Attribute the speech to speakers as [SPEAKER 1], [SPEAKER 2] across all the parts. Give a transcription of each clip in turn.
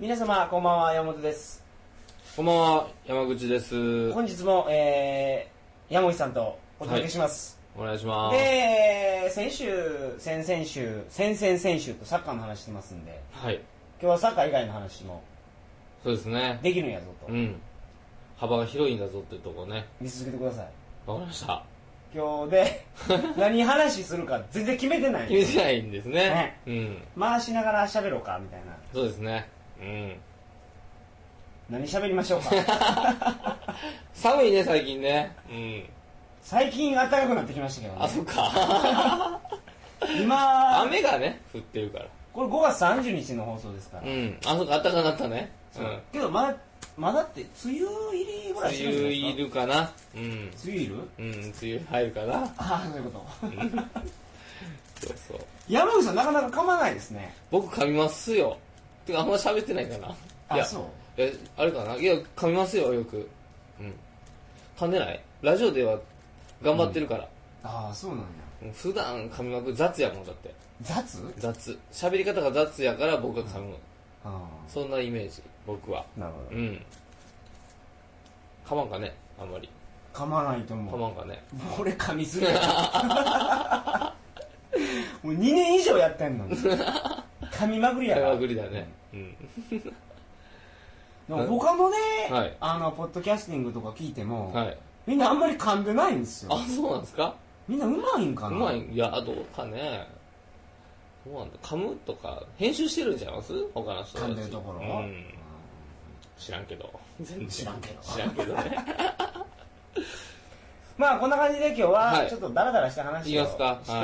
[SPEAKER 1] 皆様こんばんは山本です
[SPEAKER 2] こんばんは、山口です。お
[SPEAKER 1] 本日も、えー、山口さんとお届けします、
[SPEAKER 2] 願いします。
[SPEAKER 1] で先週先々週先々先週とサッカーの話してますんで
[SPEAKER 2] はい、
[SPEAKER 1] 今日はサッカー以外の話も
[SPEAKER 2] そうですね。
[SPEAKER 1] できるんやぞと
[SPEAKER 2] うん。幅が広いんだぞってとこね。
[SPEAKER 1] 見続けてください
[SPEAKER 2] わかりました。
[SPEAKER 1] 今日 で何話するか全然決めてない
[SPEAKER 2] 決めてないんですね。うん。
[SPEAKER 1] 回しながら喋ろうかみたいな
[SPEAKER 2] そうですね。うん。
[SPEAKER 1] 何喋りましょう か
[SPEAKER 2] 寒いね、最近ね。うん。
[SPEAKER 1] 最近暖かくなってきましたけど
[SPEAKER 2] あ、
[SPEAKER 1] ね
[SPEAKER 2] そっか。
[SPEAKER 1] 今
[SPEAKER 2] 雨がね、降ってるから。
[SPEAKER 1] これ5月30日の放送ですから、
[SPEAKER 2] うん。あ、そっか、暖かくなったね。うん。
[SPEAKER 1] けどまだまだって梅雨入りぐらいして
[SPEAKER 2] 梅
[SPEAKER 1] るんじゃな
[SPEAKER 2] 雨
[SPEAKER 1] い
[SPEAKER 2] い
[SPEAKER 1] ですか
[SPEAKER 2] るかな。うん。
[SPEAKER 1] 梅雨いる
[SPEAKER 2] うん、梅雨入るかな。
[SPEAKER 1] ああそういうこと
[SPEAKER 2] そうそう。
[SPEAKER 1] 山口さんなかなか噛まないですね
[SPEAKER 2] 僕噛みますよ。てか、あんま喋ってないかな。い
[SPEAKER 1] あ
[SPEAKER 2] や
[SPEAKER 1] そう
[SPEAKER 2] え、あれかないや、噛みますよ、よく。うん。噛んでないラジオでは頑張ってるから。
[SPEAKER 1] ああそうなんや
[SPEAKER 2] うん普段噛みまくる雑やもん、だって。
[SPEAKER 1] 雑
[SPEAKER 2] 雑。喋り方が雑やから僕が噛む。
[SPEAKER 1] あ
[SPEAKER 2] そんなイメージ、僕は。
[SPEAKER 1] あなるほ
[SPEAKER 2] う
[SPEAKER 1] ど
[SPEAKER 2] ん。噛まんかね、あんまり。
[SPEAKER 1] 噛まないと
[SPEAKER 2] 噛
[SPEAKER 1] 思う
[SPEAKER 2] まんかね。
[SPEAKER 1] 俺噛みすぎやもう2年以上やってんのに噛みまくりや
[SPEAKER 2] 噛
[SPEAKER 1] から
[SPEAKER 2] みまくりだね。うん。
[SPEAKER 1] でも他のね、
[SPEAKER 2] はい
[SPEAKER 1] あのポッドキャスティングとか聞いても、
[SPEAKER 2] はい。
[SPEAKER 1] みんなあんまり噛んでないんですよ
[SPEAKER 2] あ、そうなんですか
[SPEAKER 1] みんなうまいん
[SPEAKER 2] う
[SPEAKER 1] かな
[SPEAKER 2] まい。いや、どうかね。そうなんだ。噛むとか、編集してるんちゃいます他の人たち
[SPEAKER 1] 噛んでるところ
[SPEAKER 2] う
[SPEAKER 1] を、
[SPEAKER 2] ん。知らんけど。全然
[SPEAKER 1] 知らんけど
[SPEAKER 2] 知らんけどね。
[SPEAKER 1] まあこんな感じで今日は
[SPEAKER 2] はい
[SPEAKER 1] ちょっとダラダラした話をして、
[SPEAKER 2] いきますかは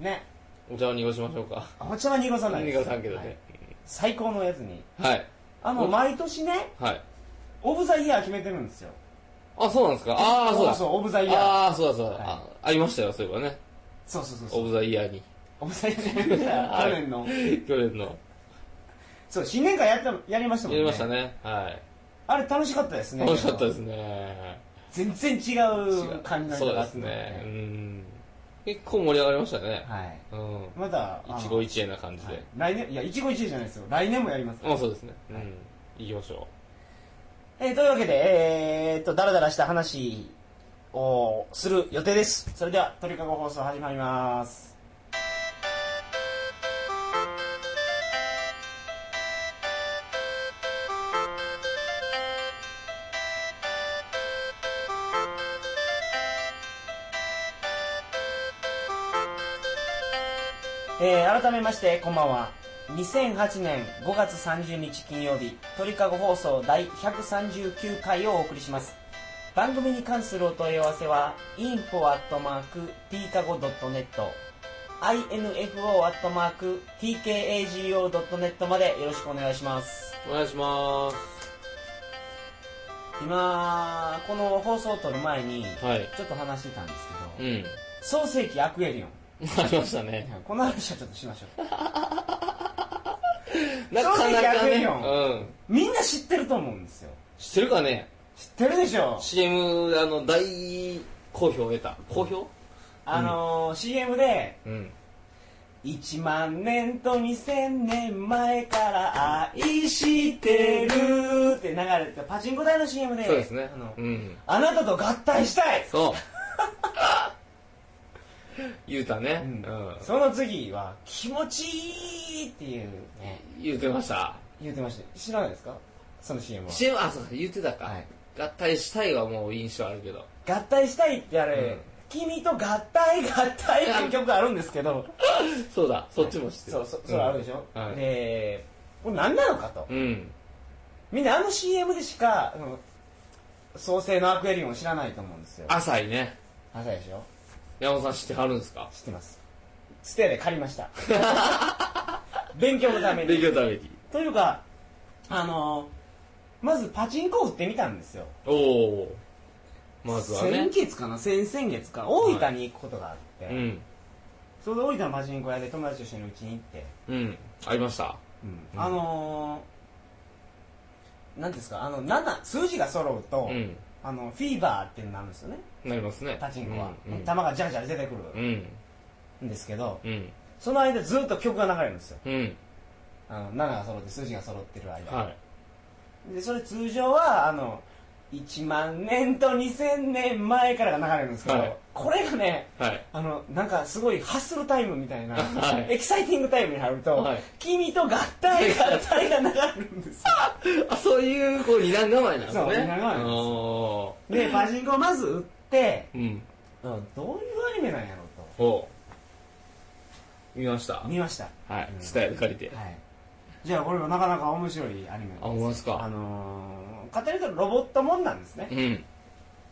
[SPEAKER 1] ね
[SPEAKER 2] お茶を濁しましょうか。
[SPEAKER 1] お茶は濁さない
[SPEAKER 2] 何
[SPEAKER 1] で
[SPEAKER 2] が
[SPEAKER 1] す
[SPEAKER 2] さんけど
[SPEAKER 1] はい
[SPEAKER 2] ね。
[SPEAKER 1] 最高のやつに
[SPEAKER 2] はい。
[SPEAKER 1] あの
[SPEAKER 2] お
[SPEAKER 1] 毎年ね
[SPEAKER 2] はい。
[SPEAKER 1] オブザイヤー決めてるんですよ
[SPEAKER 2] あ、そうなんですかああ、そうだ。
[SPEAKER 1] そうオブザイヤー
[SPEAKER 2] ああ、そうだそうだ、
[SPEAKER 1] はい
[SPEAKER 2] あ。ありましたよ、そういえばね。
[SPEAKER 1] そうそうそうそ
[SPEAKER 2] オ
[SPEAKER 1] う
[SPEAKER 2] ブザイヤーに。
[SPEAKER 1] オブ ザイヤー決めた去年の
[SPEAKER 2] 去年の。
[SPEAKER 1] そう新年会やったやりましたもんね
[SPEAKER 2] やりましたね。は
[SPEAKER 1] あれ楽しかったです
[SPEAKER 2] い。
[SPEAKER 1] ね
[SPEAKER 2] 楽しかったですね。
[SPEAKER 1] 全然違う感じの
[SPEAKER 2] そう
[SPEAKER 1] 人が
[SPEAKER 2] で
[SPEAKER 1] 集
[SPEAKER 2] す
[SPEAKER 1] まって
[SPEAKER 2] ね。うん。結構盛り上がりましたね。
[SPEAKER 1] はい
[SPEAKER 2] うん。
[SPEAKER 1] またあの
[SPEAKER 2] 一期一会な感じ
[SPEAKER 1] は
[SPEAKER 2] で
[SPEAKER 1] い。来年いや一期一会じゃないですよ来年もやりますから
[SPEAKER 2] まあそうですね。う
[SPEAKER 1] はい
[SPEAKER 2] ん。行きましょ
[SPEAKER 1] えーというわけで、えーっと、だらだらした話をする予定です。それでは、鳥かご放送始まります。えー改めまして、こんばんは。2008年5月30日金曜日、鳥かご放送第139回をお送りします。番組に関するお問い合わせは、info.tkago.net、info.tkago.net までよろしくお願いします。
[SPEAKER 2] う。お願いしま
[SPEAKER 1] 今、この放送を撮る前に、
[SPEAKER 2] す。はい。
[SPEAKER 1] ちょっと話してたんです
[SPEAKER 2] う
[SPEAKER 1] け
[SPEAKER 2] ん。
[SPEAKER 1] ど、創世紀アクエリオン。
[SPEAKER 2] ありましたね。
[SPEAKER 1] この話はちょっとしましょう。
[SPEAKER 2] なか
[SPEAKER 1] 正直
[SPEAKER 2] なかね。
[SPEAKER 1] やめ
[SPEAKER 2] うん。
[SPEAKER 1] みんな知ってると思うんですよ
[SPEAKER 2] 知ってるかね
[SPEAKER 1] 知ってるでしょ
[SPEAKER 2] CM あの大好評を得た好評
[SPEAKER 1] あのー CM で
[SPEAKER 2] うん
[SPEAKER 1] 1万年と2000年前から愛してるって流れてパチンコ台の CM で
[SPEAKER 2] そうですね
[SPEAKER 1] あの、
[SPEAKER 2] うん
[SPEAKER 1] あなたと合体したい、
[SPEAKER 2] そう 言うたね
[SPEAKER 1] う
[SPEAKER 2] うんん
[SPEAKER 1] その次は気持ちいいっていうね
[SPEAKER 2] 言うてました
[SPEAKER 1] 言ってました知らないですかその CM は
[SPEAKER 2] CM あそうか言うてたか
[SPEAKER 1] はい
[SPEAKER 2] 合体したいはもう印象あるけど
[SPEAKER 1] 合体したいってあれ、
[SPEAKER 2] うん
[SPEAKER 1] 君と合体合体っていう曲があるんですけど
[SPEAKER 2] そうだそっちも知ってる
[SPEAKER 1] そうそそれあるでしょ、
[SPEAKER 2] うんはい
[SPEAKER 1] でこれ何なのかと、
[SPEAKER 2] うん
[SPEAKER 1] みんなあの CM でしか、あの創世のアクエリオンを知らないと思うんですよ。
[SPEAKER 2] 浅いね
[SPEAKER 1] 朝でしょ
[SPEAKER 2] 山本さん知ってはるんですか
[SPEAKER 1] 知ってます。ステアで借りま した。勉強のため
[SPEAKER 2] 勉
[SPEAKER 1] に。
[SPEAKER 2] 強ために
[SPEAKER 1] というか、あのまずパチンコを打ってみたんですよ。
[SPEAKER 2] おおまずはね
[SPEAKER 1] 先月かな先々月か。大分に行くことがあって、
[SPEAKER 2] うん
[SPEAKER 1] それで大分のパチンコ屋で友達と一緒にうちに行って、
[SPEAKER 2] うんありましたうん
[SPEAKER 1] あのー、なんていうんですか、あの、7、数字が揃うと、
[SPEAKER 2] うん
[SPEAKER 1] あの、フィーバーっていうのになるんですよね。
[SPEAKER 2] なりますね
[SPEAKER 1] パチンコは、
[SPEAKER 2] うんうん
[SPEAKER 1] 球がジャリジャリ出てく
[SPEAKER 2] う
[SPEAKER 1] る
[SPEAKER 2] ん
[SPEAKER 1] んですけど、
[SPEAKER 2] うん
[SPEAKER 1] その間ずっと曲が流れるんですよ
[SPEAKER 2] うん
[SPEAKER 1] あの7が揃って数字が揃ってる間、
[SPEAKER 2] はい
[SPEAKER 1] でそれ通常はあの1万年と2000年前からが流れるんですけど、
[SPEAKER 2] はい
[SPEAKER 1] これがね
[SPEAKER 2] はい
[SPEAKER 1] あのなんかすごいハッスルタイムみたいな、
[SPEAKER 2] はい
[SPEAKER 1] エキサイティングタイムに入ると、
[SPEAKER 2] はい
[SPEAKER 1] 君と合体合体が流れるんですよ
[SPEAKER 2] あそういうこう二段構えなんですね
[SPEAKER 1] そう二段構えなんです
[SPEAKER 2] 構
[SPEAKER 1] でパチンコをまず打って、
[SPEAKER 2] えうん
[SPEAKER 1] うんどういうアニメなんやろう
[SPEAKER 2] ほう見ました
[SPEAKER 1] と見ました
[SPEAKER 2] はい
[SPEAKER 1] うん
[SPEAKER 2] スタイル借りて
[SPEAKER 1] はい、じゃあこれもなかなか面白いアニメ
[SPEAKER 2] あ思います
[SPEAKER 1] あ
[SPEAKER 2] か
[SPEAKER 1] のー、語りとロボットもんなんですね、
[SPEAKER 2] うん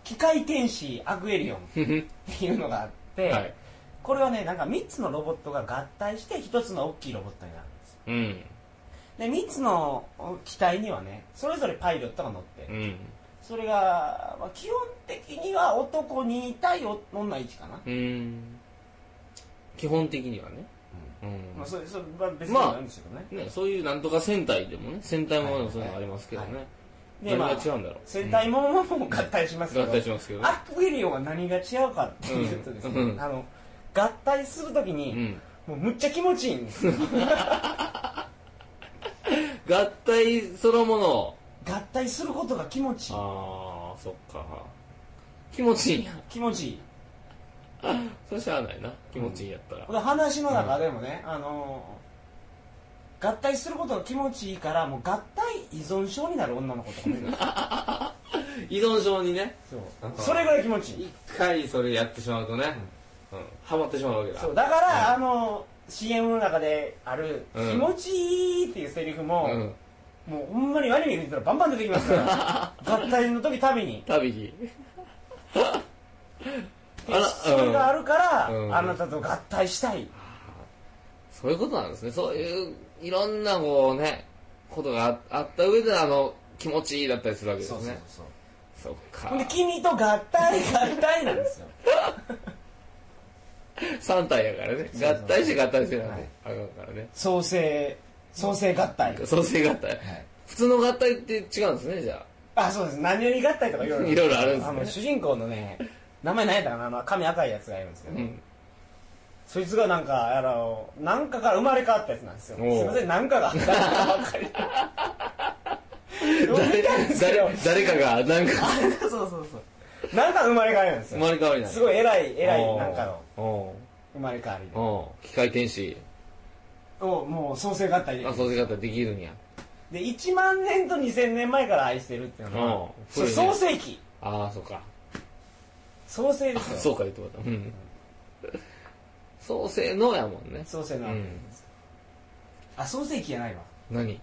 [SPEAKER 1] 機械天使アクエリオンっていうのがあって、
[SPEAKER 2] はい
[SPEAKER 1] これはねなんか3つのロボットが合体して1つの大きいロボットになるんです
[SPEAKER 2] うん
[SPEAKER 1] で3つの機体にはねそれぞれパイロットが乗って、
[SPEAKER 2] うん
[SPEAKER 1] それが、まあ、基本的には男2対女1かな、
[SPEAKER 2] うん基本的にはねうん
[SPEAKER 1] まあ、それそれは別に
[SPEAKER 2] まあ
[SPEAKER 1] なんですけどね、
[SPEAKER 2] ね、そういうなんとか戦隊でもね戦隊ものでもそういうのありますけど
[SPEAKER 1] はい
[SPEAKER 2] ね
[SPEAKER 1] で
[SPEAKER 2] 何
[SPEAKER 1] ま
[SPEAKER 2] が
[SPEAKER 1] あ
[SPEAKER 2] 違うんだろう
[SPEAKER 1] 戦隊ものも合体しますけ
[SPEAKER 2] 合
[SPEAKER 1] ど、
[SPEAKER 2] 体しますけどね
[SPEAKER 1] アクエリオンは何が違うかっていうとですね、
[SPEAKER 2] うん
[SPEAKER 1] あの合体するとき
[SPEAKER 2] う
[SPEAKER 1] に、
[SPEAKER 2] ん
[SPEAKER 1] もうむっちゃ気持ちいいん ですよ
[SPEAKER 2] 合体そのもの
[SPEAKER 1] 合体することが気持ちいい
[SPEAKER 2] ああそっか気持ちいいんや
[SPEAKER 1] 気持ちいい
[SPEAKER 2] それしゃあないな気持ちいいやったら、
[SPEAKER 1] これ話の中でもね、あのー合体することが気持ちいいからもう合体依存症になる女の子とかもいるん ですよ
[SPEAKER 2] 依存症にね
[SPEAKER 1] そう
[SPEAKER 2] なんか
[SPEAKER 1] それぐらい気持ちいい
[SPEAKER 2] 一回それやってしまうとね、うんハマってしまうわけだ
[SPEAKER 1] そうだから、あのー CM の中である「
[SPEAKER 2] うん
[SPEAKER 1] 気持ちいい」っていうセリフも、
[SPEAKER 2] うん
[SPEAKER 1] もうほんまにアニメ見てたらバンバン出てきますから 合体の時たびに
[SPEAKER 2] 旅に
[SPEAKER 1] で
[SPEAKER 2] あら
[SPEAKER 1] それがあるから、
[SPEAKER 2] うん
[SPEAKER 1] あなたと合体したい
[SPEAKER 2] そういうことなんですねそういういろんなこうねことがああった上であの気持ちいいだったりするわけですね
[SPEAKER 1] そう
[SPEAKER 2] そっか
[SPEAKER 1] ほんで君と合体合体なんですよ
[SPEAKER 2] 3体やからね
[SPEAKER 1] そうそう
[SPEAKER 2] 合体して合体してなんであかんからね
[SPEAKER 1] 創生創生合体
[SPEAKER 2] 創生合体普通の合体って違うんですねじゃ
[SPEAKER 1] あそうです何より合体とかいろいろ
[SPEAKER 2] いろいろあるんですね
[SPEAKER 1] の主人公のね名前何やったかなあの髪赤いやつがいるんですけ
[SPEAKER 2] あ
[SPEAKER 1] ど、
[SPEAKER 2] うん
[SPEAKER 1] そいつがなんかあのなんかから生まれ変わったやつなんですよす
[SPEAKER 2] おう
[SPEAKER 1] いませんなんかがあったばっかり読みたいんですけど
[SPEAKER 2] 誰誰かがなんか
[SPEAKER 1] そうそうそうなんかの生まれ変わりなんです
[SPEAKER 2] 生
[SPEAKER 1] よ
[SPEAKER 2] まれ変わりなん
[SPEAKER 1] すごい偉い偉い
[SPEAKER 2] おー
[SPEAKER 1] なんかの
[SPEAKER 2] お
[SPEAKER 1] 生まれ変わり
[SPEAKER 2] ーおー機械天使
[SPEAKER 1] をもう創生合体で
[SPEAKER 2] あ創生合体できるんや
[SPEAKER 1] で1万年と2000年前から愛してるっていうのは
[SPEAKER 2] うん
[SPEAKER 1] それ
[SPEAKER 2] そうね
[SPEAKER 1] 創世紀
[SPEAKER 2] ああそうか
[SPEAKER 1] 創世ですよ
[SPEAKER 2] そうか言ってもらったうん創生のやもんね
[SPEAKER 1] 創世のアクエリオンです、あ創世紀じゃないわ
[SPEAKER 2] 何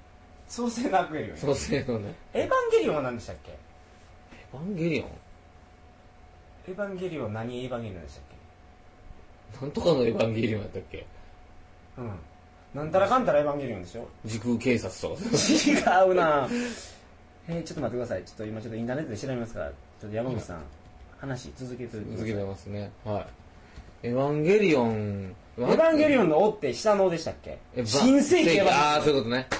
[SPEAKER 1] 創世のアクエリオン
[SPEAKER 2] 創生のね
[SPEAKER 1] エヴァンゲリオンは何でしたっけ
[SPEAKER 2] エヴァンゲリオン
[SPEAKER 1] エヴァンゲリオンは何エヴァンゲリオンでしたっ
[SPEAKER 2] なんとかのエヴァンゲリオンやったっけ
[SPEAKER 1] けうんなんたらかんたらエヴァンゲリオンでしょ
[SPEAKER 2] 時空警察と か
[SPEAKER 1] 違うな えー、ちょっと待ってくださいちょっと今ちょっとインターネットで調べますからちょっと山口さん、話続けてる
[SPEAKER 2] 続けてますねはいエヴァンゲリオンエ
[SPEAKER 1] エヴァンゲリ
[SPEAKER 2] ン
[SPEAKER 1] オンの「お」って下の「お」でしたっけ
[SPEAKER 2] エヴァ
[SPEAKER 1] 新世紀エヴァンゲリオン
[SPEAKER 2] ああそういうことね
[SPEAKER 1] だか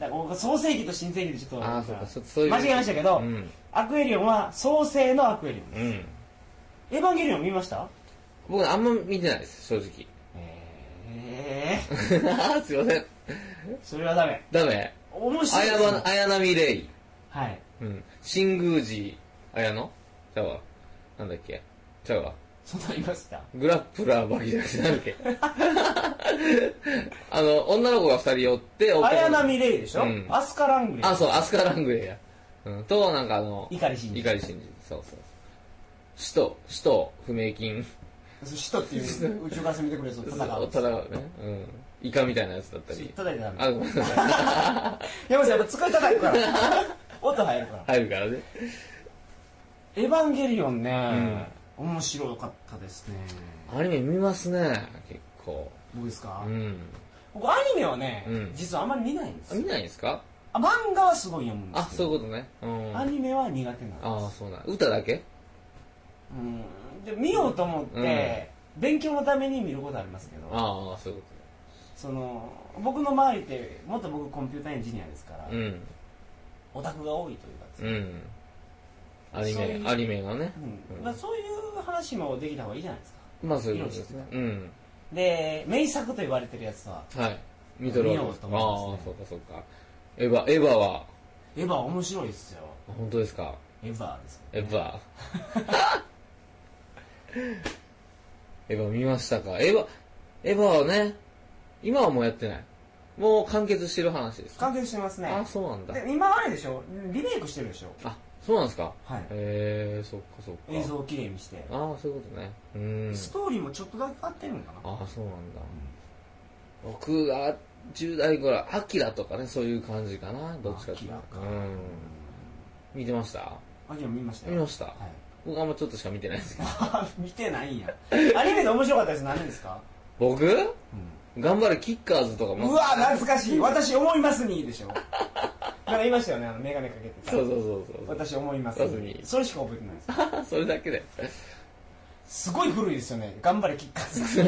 [SPEAKER 1] ら僕創世紀と新世紀でちょっと
[SPEAKER 2] ああそうかそそういう
[SPEAKER 1] 間違えましたけど、
[SPEAKER 2] うん
[SPEAKER 1] アクエリオンは創世のアクエリオン
[SPEAKER 2] うん
[SPEAKER 1] エヴァンゲリオン見ました
[SPEAKER 2] 僕あんま見てないです正直
[SPEAKER 1] ええ
[SPEAKER 2] すいません
[SPEAKER 1] それはダメ
[SPEAKER 2] ダメ
[SPEAKER 1] 面白い
[SPEAKER 2] 綾波綾波レイ
[SPEAKER 1] はい
[SPEAKER 2] うん新宮寺綾乃ちゃうわなんだっけちゃうわ
[SPEAKER 1] そんなんいました
[SPEAKER 2] グラップラーバキじゃなくてなんだっ けあの女の子が二人おって男の子
[SPEAKER 1] 綾波レイでしょ、
[SPEAKER 2] うん
[SPEAKER 1] アスカラングレイ
[SPEAKER 2] あそうアスカ・ラングレーや、うん、となんかあの
[SPEAKER 1] 碇シンジ
[SPEAKER 2] 碇シンジそうそう使徒使徒不明金
[SPEAKER 1] そう使徒っていう宇宙から攻めてくるやつを戦
[SPEAKER 2] そうう戦うねうんイカみたいなやつだった
[SPEAKER 1] 叩い
[SPEAKER 2] り
[SPEAKER 1] てダメ
[SPEAKER 2] あごめんなさい
[SPEAKER 1] 山口さんやっぱ机叩くから音入るから
[SPEAKER 2] 入るからね
[SPEAKER 1] エヴァンゲリオンね、面白かったですね
[SPEAKER 2] アニメ見ますね結構
[SPEAKER 1] どうですか、
[SPEAKER 2] うん
[SPEAKER 1] 僕アニメはね、
[SPEAKER 2] うん
[SPEAKER 1] 実はあんまり見ないんです
[SPEAKER 2] あ
[SPEAKER 1] よ
[SPEAKER 2] 見ないんですか
[SPEAKER 1] あ漫画はすごい読むんで
[SPEAKER 2] あ
[SPEAKER 1] すけ
[SPEAKER 2] そう
[SPEAKER 1] ど
[SPEAKER 2] いうことねうん
[SPEAKER 1] ア
[SPEAKER 2] あ
[SPEAKER 1] ニメは苦手なんです
[SPEAKER 2] あそうなん歌だけ
[SPEAKER 1] うんで見ようと思って、勉強のために見ることありますけど
[SPEAKER 2] ああそういうこ
[SPEAKER 1] その僕の周りってもっと僕コンピューターエンジニアですから、
[SPEAKER 2] とね
[SPEAKER 1] オタクが多いというかです
[SPEAKER 2] うん
[SPEAKER 1] ね、
[SPEAKER 2] うんアニ
[SPEAKER 1] そう
[SPEAKER 2] メ
[SPEAKER 1] いう
[SPEAKER 2] アニメがね
[SPEAKER 1] うんまあ、そういう話もできた方がいいじゃないですか
[SPEAKER 2] まあそういうことですねうん
[SPEAKER 1] で名作と言われてるやつは
[SPEAKER 2] はい見とる
[SPEAKER 1] 見ようと思います
[SPEAKER 2] ああ、そうかそうか。エヴァ、エヴァは、
[SPEAKER 1] エヴァ面白いっすよ
[SPEAKER 2] あ本当ですか。
[SPEAKER 1] エヴァです
[SPEAKER 2] エヴァ。 エヴァ見ましたか。エヴァ、エヴァはね、今はもうやってない。もう完結してる話です。
[SPEAKER 1] 完結してますね
[SPEAKER 2] あ、そうなんだ。
[SPEAKER 1] で今あれでしょリメイクしてるでしょ
[SPEAKER 2] あ、そうなんですか。
[SPEAKER 1] はい
[SPEAKER 2] へえー、そっかそっか。
[SPEAKER 1] 映像をきれいにして、
[SPEAKER 2] ああ、そういうことね。うーん。
[SPEAKER 1] ストーリーもちょっとだけ変わってるのかな
[SPEAKER 2] ああ、そうなんだ。僕が10代ぐらい、アキラとかね、そういう感じかな。どっちかっていうと
[SPEAKER 1] アキラか
[SPEAKER 2] うん。見てました
[SPEAKER 1] あきら見ました
[SPEAKER 2] 見
[SPEAKER 1] よ
[SPEAKER 2] ました。
[SPEAKER 1] はい
[SPEAKER 2] 僕あんまちょっとしか見てないんですけど。
[SPEAKER 1] あ 見てないんやアニメで面白かったです何ですか、
[SPEAKER 2] 僕頑張れキッカーズとか
[SPEAKER 1] うわ懐かしい私思いますにでしょなんかいましたよねあの眼鏡かけてた
[SPEAKER 2] そうそうそうそう。
[SPEAKER 1] 私思いますにそれしか覚えてないです
[SPEAKER 2] それだけで。
[SPEAKER 1] すごい古いですよね頑張れキッカーズ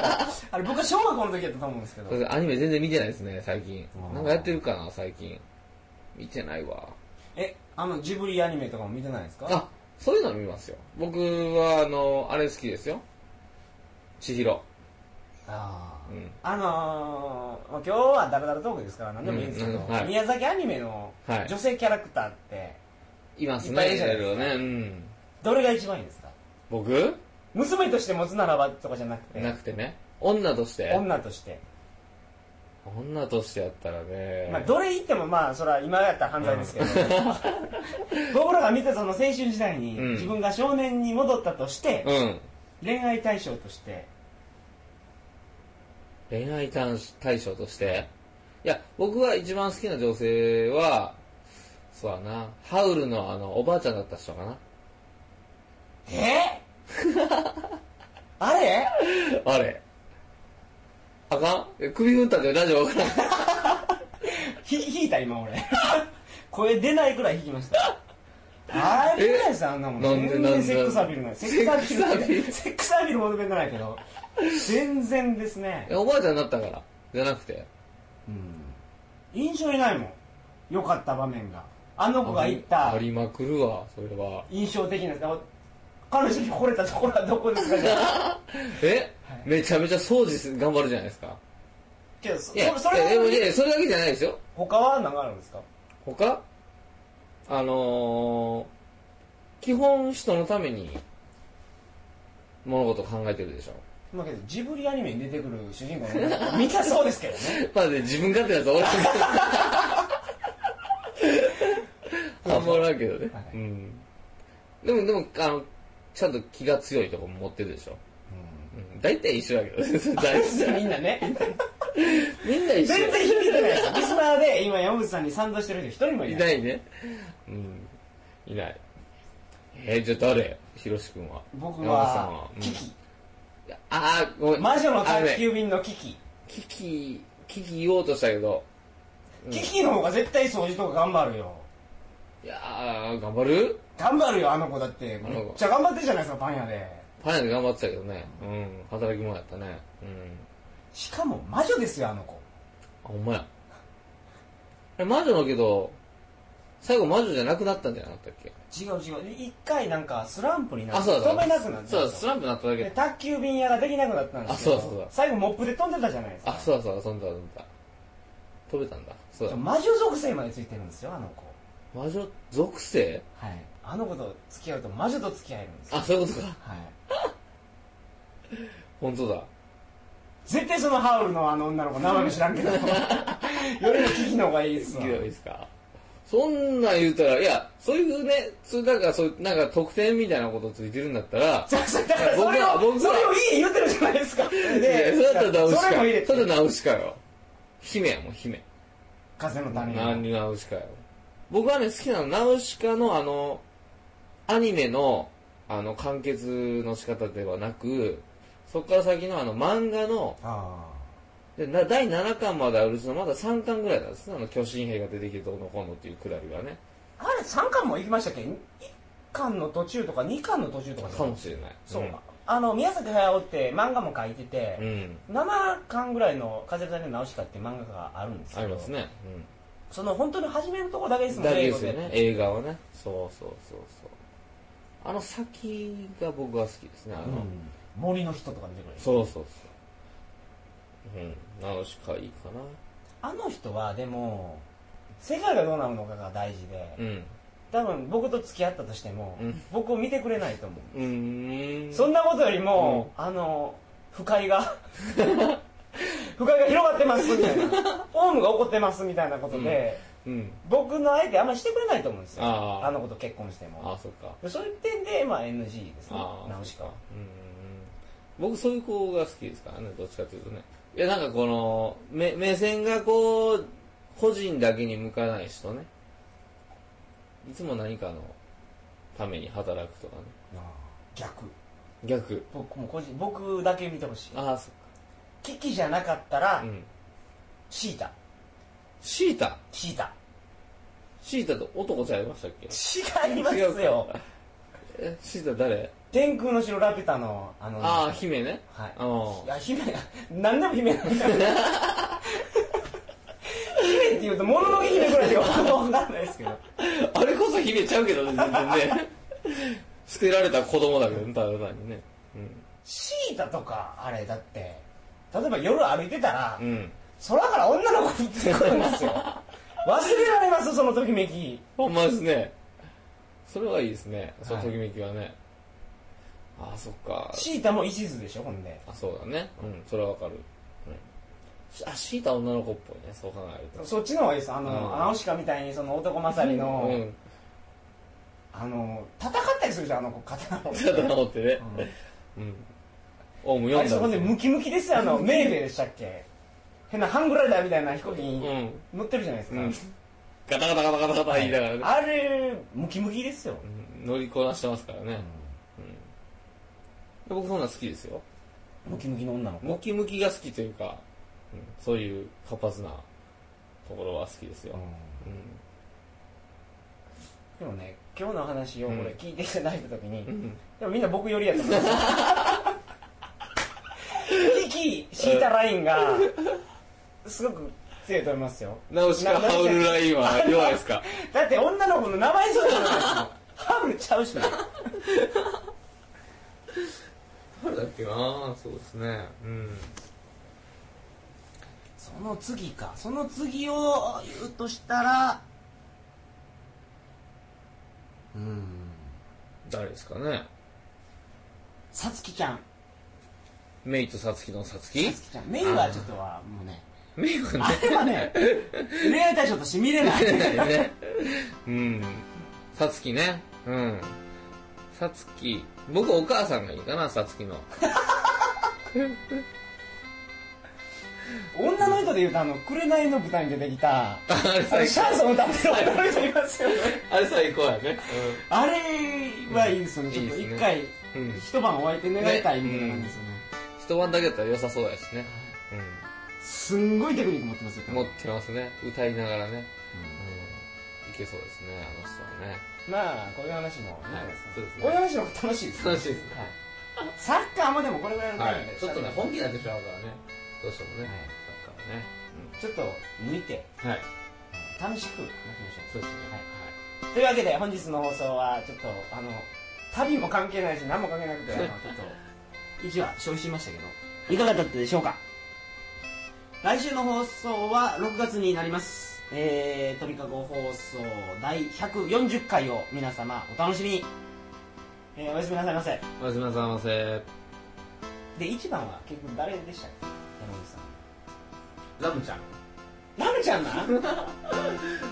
[SPEAKER 1] あれ僕は小学校の時やったと思うんですけど
[SPEAKER 2] アニメ全然見てないですね、最近
[SPEAKER 1] あ。ー
[SPEAKER 2] なんかやってるかな、最近。見てないわ。
[SPEAKER 1] えあのジブリアニメとかも見てないですか
[SPEAKER 2] あ、そういうの見ますよ。僕は、あの、あれ好きですよ。千尋。
[SPEAKER 1] あー
[SPEAKER 2] うん
[SPEAKER 1] あのー、まあ今日はダラダラトークですから何でもいいんですけど、
[SPEAKER 2] うんうんはい
[SPEAKER 1] 宮崎アニメの
[SPEAKER 2] はい
[SPEAKER 1] 女性キャラクターって
[SPEAKER 2] います
[SPEAKER 1] いっぱいいるじ
[SPEAKER 2] ね、
[SPEAKER 1] ゃないで
[SPEAKER 2] ろ
[SPEAKER 1] す
[SPEAKER 2] い
[SPEAKER 1] か
[SPEAKER 2] ろね。うん。
[SPEAKER 1] どれが一番いいですか
[SPEAKER 2] 僕
[SPEAKER 1] 娘として持つならばとかじゃなくて
[SPEAKER 2] なくてね。女として
[SPEAKER 1] 女として、
[SPEAKER 2] 女としてやったらね。
[SPEAKER 1] まあ、どれ言ってもまあそれは今やったら犯罪ですけど、僕らが見たその青春時代に
[SPEAKER 2] うん
[SPEAKER 1] 自分が少年に戻ったとして、
[SPEAKER 2] うん。
[SPEAKER 1] 恋愛対象として
[SPEAKER 2] 恋愛対対象としていや僕は一番好きな女性はそうだなハウルのあのおばあちゃんだった人かな
[SPEAKER 1] えあれ
[SPEAKER 2] あれあかんえ首振ったってラジオわからん
[SPEAKER 1] ひ引いた今俺 声出ないくらい引きましたあれぐらいですよあんなもん
[SPEAKER 2] なんで
[SPEAKER 1] 全
[SPEAKER 2] な
[SPEAKER 1] 然
[SPEAKER 2] ん
[SPEAKER 1] セ
[SPEAKER 2] で
[SPEAKER 1] ックスアピールないセックスアピールセックスアピール求めてないけど全然ですね
[SPEAKER 2] えおばあちゃんになったからじゃなくて
[SPEAKER 1] うん印象にないもん良かった場面があの子が言った
[SPEAKER 2] ありまくるわそれは
[SPEAKER 1] 印象的なあ彼女に惚れたところはどこですかじ ゃあ
[SPEAKER 2] え、
[SPEAKER 1] はい
[SPEAKER 2] めちゃめちゃ掃除す頑張るじゃないですか
[SPEAKER 1] けどそ
[SPEAKER 2] いや
[SPEAKER 1] そ
[SPEAKER 2] いやでもい
[SPEAKER 1] れ
[SPEAKER 2] やそれだけじゃないですよ
[SPEAKER 1] 他は何があるんですか
[SPEAKER 2] 他あのー、基本人のために物事を考えてるでしょ
[SPEAKER 1] まあけどジブリアニメに出てくる主人公の女の子みんなそうですけどね
[SPEAKER 2] まあね、自分勝手なやつ俺 あんまおらんけどね
[SPEAKER 1] はい。
[SPEAKER 2] うん。でも、でも、あの、ちゃんと気が強いとこも持ってるでしょ。うん。大体一緒だけど ね。大体
[SPEAKER 1] みんなね
[SPEAKER 2] みんな一緒。
[SPEAKER 1] 全然響いてないですリスナーで今山口さんに賛同してる人一人もい
[SPEAKER 2] い
[SPEAKER 1] ない
[SPEAKER 2] ないね。うん。いない。えー、じゃあ誰ひろしくんは。
[SPEAKER 1] 僕
[SPEAKER 2] 山口さん
[SPEAKER 1] は
[SPEAKER 2] うん
[SPEAKER 1] キキ
[SPEAKER 2] いやあー、ごめん。
[SPEAKER 1] 魔女の
[SPEAKER 2] あ
[SPEAKER 1] 宅
[SPEAKER 2] ね
[SPEAKER 1] 急便のキキ
[SPEAKER 2] キキ、キキ言おうとしたけど。うん
[SPEAKER 1] キキの方が絶対掃除とか頑張るよ
[SPEAKER 2] いやー、頑張る
[SPEAKER 1] 頑張るよあの子だって
[SPEAKER 2] あ
[SPEAKER 1] め
[SPEAKER 2] の子
[SPEAKER 1] っちゃ頑張ってるじゃないですかパン屋で
[SPEAKER 2] パン屋で頑張ってたけどね。うん。働き者やったね。うん。
[SPEAKER 1] しかも魔女ですよあの子
[SPEAKER 2] あ、ほんまや。え魔女だけど、最後魔女じゃなくなったんじゃなかったっけ
[SPEAKER 1] 違う違う一回なんかスランプにな
[SPEAKER 2] あ、
[SPEAKER 1] っ
[SPEAKER 2] そ
[SPEAKER 1] て
[SPEAKER 2] うだそう
[SPEAKER 1] 飛
[SPEAKER 2] だ。
[SPEAKER 1] べなくなったんです
[SPEAKER 2] そう
[SPEAKER 1] よ
[SPEAKER 2] だ、スランプなっただ
[SPEAKER 1] で
[SPEAKER 2] け。
[SPEAKER 1] 宅急便屋ができなくなったんですけど
[SPEAKER 2] あそうだそうだ
[SPEAKER 1] 最後モップで飛んでたじゃないですか
[SPEAKER 2] あ、そうだそうだ、飛んだ飛んだ。飛べたんだ。そうだ。
[SPEAKER 1] 魔女属性までついてるんですよあの子
[SPEAKER 2] 魔女属性
[SPEAKER 1] はいあの子と付き合うと魔女と付き合えるんですよ
[SPEAKER 2] あ、そういうことか。
[SPEAKER 1] はい
[SPEAKER 2] 本当だ。
[SPEAKER 1] 絶対そのハウルのあの女の子名前も知らんけ どよりもキキの方がいいっす
[SPEAKER 2] 好
[SPEAKER 1] わ
[SPEAKER 2] きではいいですかそんなん言うたら、いや、そういうね、そうなんか、そうなんか特典みたいなことついてるんだったら、
[SPEAKER 1] じゃあそれだから
[SPEAKER 2] 僕
[SPEAKER 1] それ
[SPEAKER 2] は僕
[SPEAKER 1] を
[SPEAKER 2] は
[SPEAKER 1] それをいい言ってるじゃないですか
[SPEAKER 2] いや
[SPEAKER 1] で
[SPEAKER 2] それだったらナウシカ。
[SPEAKER 1] それも入れ
[SPEAKER 2] それ
[SPEAKER 1] て
[SPEAKER 2] だったらナウシカよ。姫やもん、姫。
[SPEAKER 1] 風の谷
[SPEAKER 2] 何にナウシカよ僕はね好きなのナウシカのあのアニメのあの完結の仕方ではなくそこから先のあの漫画の
[SPEAKER 1] あ
[SPEAKER 2] でな第7巻まであるうちのまだ3巻ぐらいなんですねあの巨神兵が出てきてどうのこうのっていうくだりがね
[SPEAKER 1] ああれ3巻も行きましたっけ1巻の途中とか2巻の途中とか
[SPEAKER 2] かもしれない
[SPEAKER 1] そう、あの宮崎駿って漫画も書いてて、
[SPEAKER 2] うん、うん、
[SPEAKER 1] 7巻ぐらいの「風の谷のナウシカ」って漫画があるんですけ
[SPEAKER 2] あ
[SPEAKER 1] ど
[SPEAKER 2] りますね、うん
[SPEAKER 1] その本当に初めのところだけですもん
[SPEAKER 2] だけ
[SPEAKER 1] ね
[SPEAKER 2] ですよね映画はねそうそうそうそうあの先が僕は好きですねあ
[SPEAKER 1] 英
[SPEAKER 2] の、
[SPEAKER 1] 語でうん森の人とか出てくる
[SPEAKER 2] そうそうそううん、ナウシカいいかな。
[SPEAKER 1] あの人はでも世界がどうなるのかが大事で、
[SPEAKER 2] うん。
[SPEAKER 1] 多分僕と付き合ったとしても、
[SPEAKER 2] うん
[SPEAKER 1] 僕を見てくれないと思う、
[SPEAKER 2] うーん。
[SPEAKER 1] そんなことよりも、あの不快が 不快が広がってますみたいな オウムが怒ってますみたいなことで、
[SPEAKER 2] うん。
[SPEAKER 1] 僕の相手あんまりしてくれないと思うんですよ
[SPEAKER 2] あ
[SPEAKER 1] あ
[SPEAKER 2] ー
[SPEAKER 1] の子と結婚して
[SPEAKER 2] あ
[SPEAKER 1] も
[SPEAKER 2] あ、そっか。
[SPEAKER 1] そういう点で、まあ、NG ですね
[SPEAKER 2] ああ
[SPEAKER 1] ナウシカは
[SPEAKER 2] うん僕そういう子が好きですからねどっちかというとねいやなんかこの目目線がこう個人だけに向かない人ねいつも何かのために働くとかね
[SPEAKER 1] 逆
[SPEAKER 2] 逆
[SPEAKER 1] 僕も個人僕だけ見てほしい
[SPEAKER 2] ああそっ
[SPEAKER 1] キキじゃなかった、
[SPEAKER 2] からうん
[SPEAKER 1] シータ
[SPEAKER 2] シータ
[SPEAKER 1] シータ
[SPEAKER 2] シータと男ちゃいましたっけ
[SPEAKER 1] 違いますよ
[SPEAKER 2] えシータ誰
[SPEAKER 1] 天空の城ラピュタのあの
[SPEAKER 2] ああ姫ね
[SPEAKER 1] はい
[SPEAKER 2] あ
[SPEAKER 1] いや姫が何でも姫なんだよ 姫って言うともののけ姫ぐらいしか分かんないですけど
[SPEAKER 2] ああれこそ姫ちゃうけどね全 然ね捨てられた子供だけどねただ単にね
[SPEAKER 1] シータとかあれだって例えば夜歩いてたら、
[SPEAKER 2] うん、うん、
[SPEAKER 1] 空から女の子降ってくるんですよ忘れられますそのときめき
[SPEAKER 2] ほんまですね。それはいいですね。その
[SPEAKER 1] はい
[SPEAKER 2] ときめきはね。ああ、そっか。
[SPEAKER 1] シータも一途でしょほんで
[SPEAKER 2] あ、そうだね。うん、それはわかる。うんしあ、シータ女の子っぽいね。そう考えると。
[SPEAKER 1] そっちの方がいいですあの、
[SPEAKER 2] うん
[SPEAKER 1] ナオシカみたいにその男勝りの、
[SPEAKER 2] うん。
[SPEAKER 1] あの戦ったりするじゃんあの子刀を、
[SPEAKER 2] ちょっと直ってね。うん。オウム
[SPEAKER 1] あれ
[SPEAKER 2] 読んだ
[SPEAKER 1] そこ
[SPEAKER 2] ん
[SPEAKER 1] で
[SPEAKER 2] ですよ
[SPEAKER 1] ムキムキですよあのメーベルでしたっけ変なハングライダーみたいな飛行機
[SPEAKER 2] う
[SPEAKER 1] に
[SPEAKER 2] ん。
[SPEAKER 1] 乗ってるじゃないですか、
[SPEAKER 2] うん。ガタガタガタガタガタ言いながらね。
[SPEAKER 1] あれムキムキですよ、
[SPEAKER 2] うん乗りこなしてますからね。僕そんなん好きですよ。
[SPEAKER 1] ムキムキの女の子
[SPEAKER 2] ムキムキが好きというか、うんそういう活発なところは好きですよ。う
[SPEAKER 1] でもね今日の話をこれ聞いていただいた時に、
[SPEAKER 2] ん。うん
[SPEAKER 1] でもみんな僕よりやと 思いますキキ敷いたラインがすごく強いと思いますよ
[SPEAKER 2] ナウシカハウルラインは弱いです か
[SPEAKER 1] だって女の子の名前そうじゃないですかハウルちゃうし
[SPEAKER 2] ハウルだっけなそうですね。うん。
[SPEAKER 1] その次かその次を言うとしたらうん
[SPEAKER 2] 誰ですかね
[SPEAKER 1] さつきちゃん
[SPEAKER 2] メイとサツキのサツキ
[SPEAKER 1] さつきちゃんメイはちょっとはもうね
[SPEAKER 2] メイはね
[SPEAKER 1] あ、れはね恋愛対象として見れない
[SPEAKER 2] ね。うん。サツキね。うん。サツキ。僕お母さんがいいかな、サツキの。
[SPEAKER 1] 女の人で言うとあの「紅の豚」に出てきた
[SPEAKER 2] あ
[SPEAKER 1] あ
[SPEAKER 2] れ
[SPEAKER 1] れシャンソン歌ってる女の人いますよね
[SPEAKER 2] あれ最高やね。
[SPEAKER 1] あれはいいですよね、ちょっと
[SPEAKER 2] いいですね
[SPEAKER 1] 一回、
[SPEAKER 2] うん。
[SPEAKER 1] 一晩お相手願いたいみたいな感じですよね。
[SPEAKER 2] 一晩だけだったら良さそうやしね。
[SPEAKER 1] すんごいテクニック持ってますよ、
[SPEAKER 2] うん。持ってますね。歌いながらね。うん。いけそうですね、あの人はね。
[SPEAKER 1] まあ、こういう話もいいんじゃないですか。
[SPEAKER 2] はいそうですね
[SPEAKER 1] こういう話の方が楽しいです、
[SPEAKER 2] 楽しいですね
[SPEAKER 1] はい。サッカーもでもこれぐらいの
[SPEAKER 2] は
[SPEAKER 1] タイ
[SPEAKER 2] い
[SPEAKER 1] ムで、
[SPEAKER 2] ちょっとね、
[SPEAKER 1] 喋
[SPEAKER 2] 本
[SPEAKER 1] る
[SPEAKER 2] 気になってしまうからね。どうしてもね。
[SPEAKER 1] はい
[SPEAKER 2] だからね。
[SPEAKER 1] ちょっと抜いて、
[SPEAKER 2] うんはい。
[SPEAKER 1] 楽しく話しまし
[SPEAKER 2] そうですね。
[SPEAKER 1] ょう。というわけで、本日の放送は、ちょっと、あの、旅も関係ないし、何も関係なくて、あのちょっと、一話消費しましたけど、いかがだったでしょうか来週の放送は6月になります。えー、鳥かご放送第140回を皆様お楽しみに。えー、おやすみなさいませ。
[SPEAKER 2] おやすみなさいませ。
[SPEAKER 1] で、1番は結局誰でしたっけ山口さん。
[SPEAKER 2] ラムちゃん。
[SPEAKER 1] ラムちゃんなん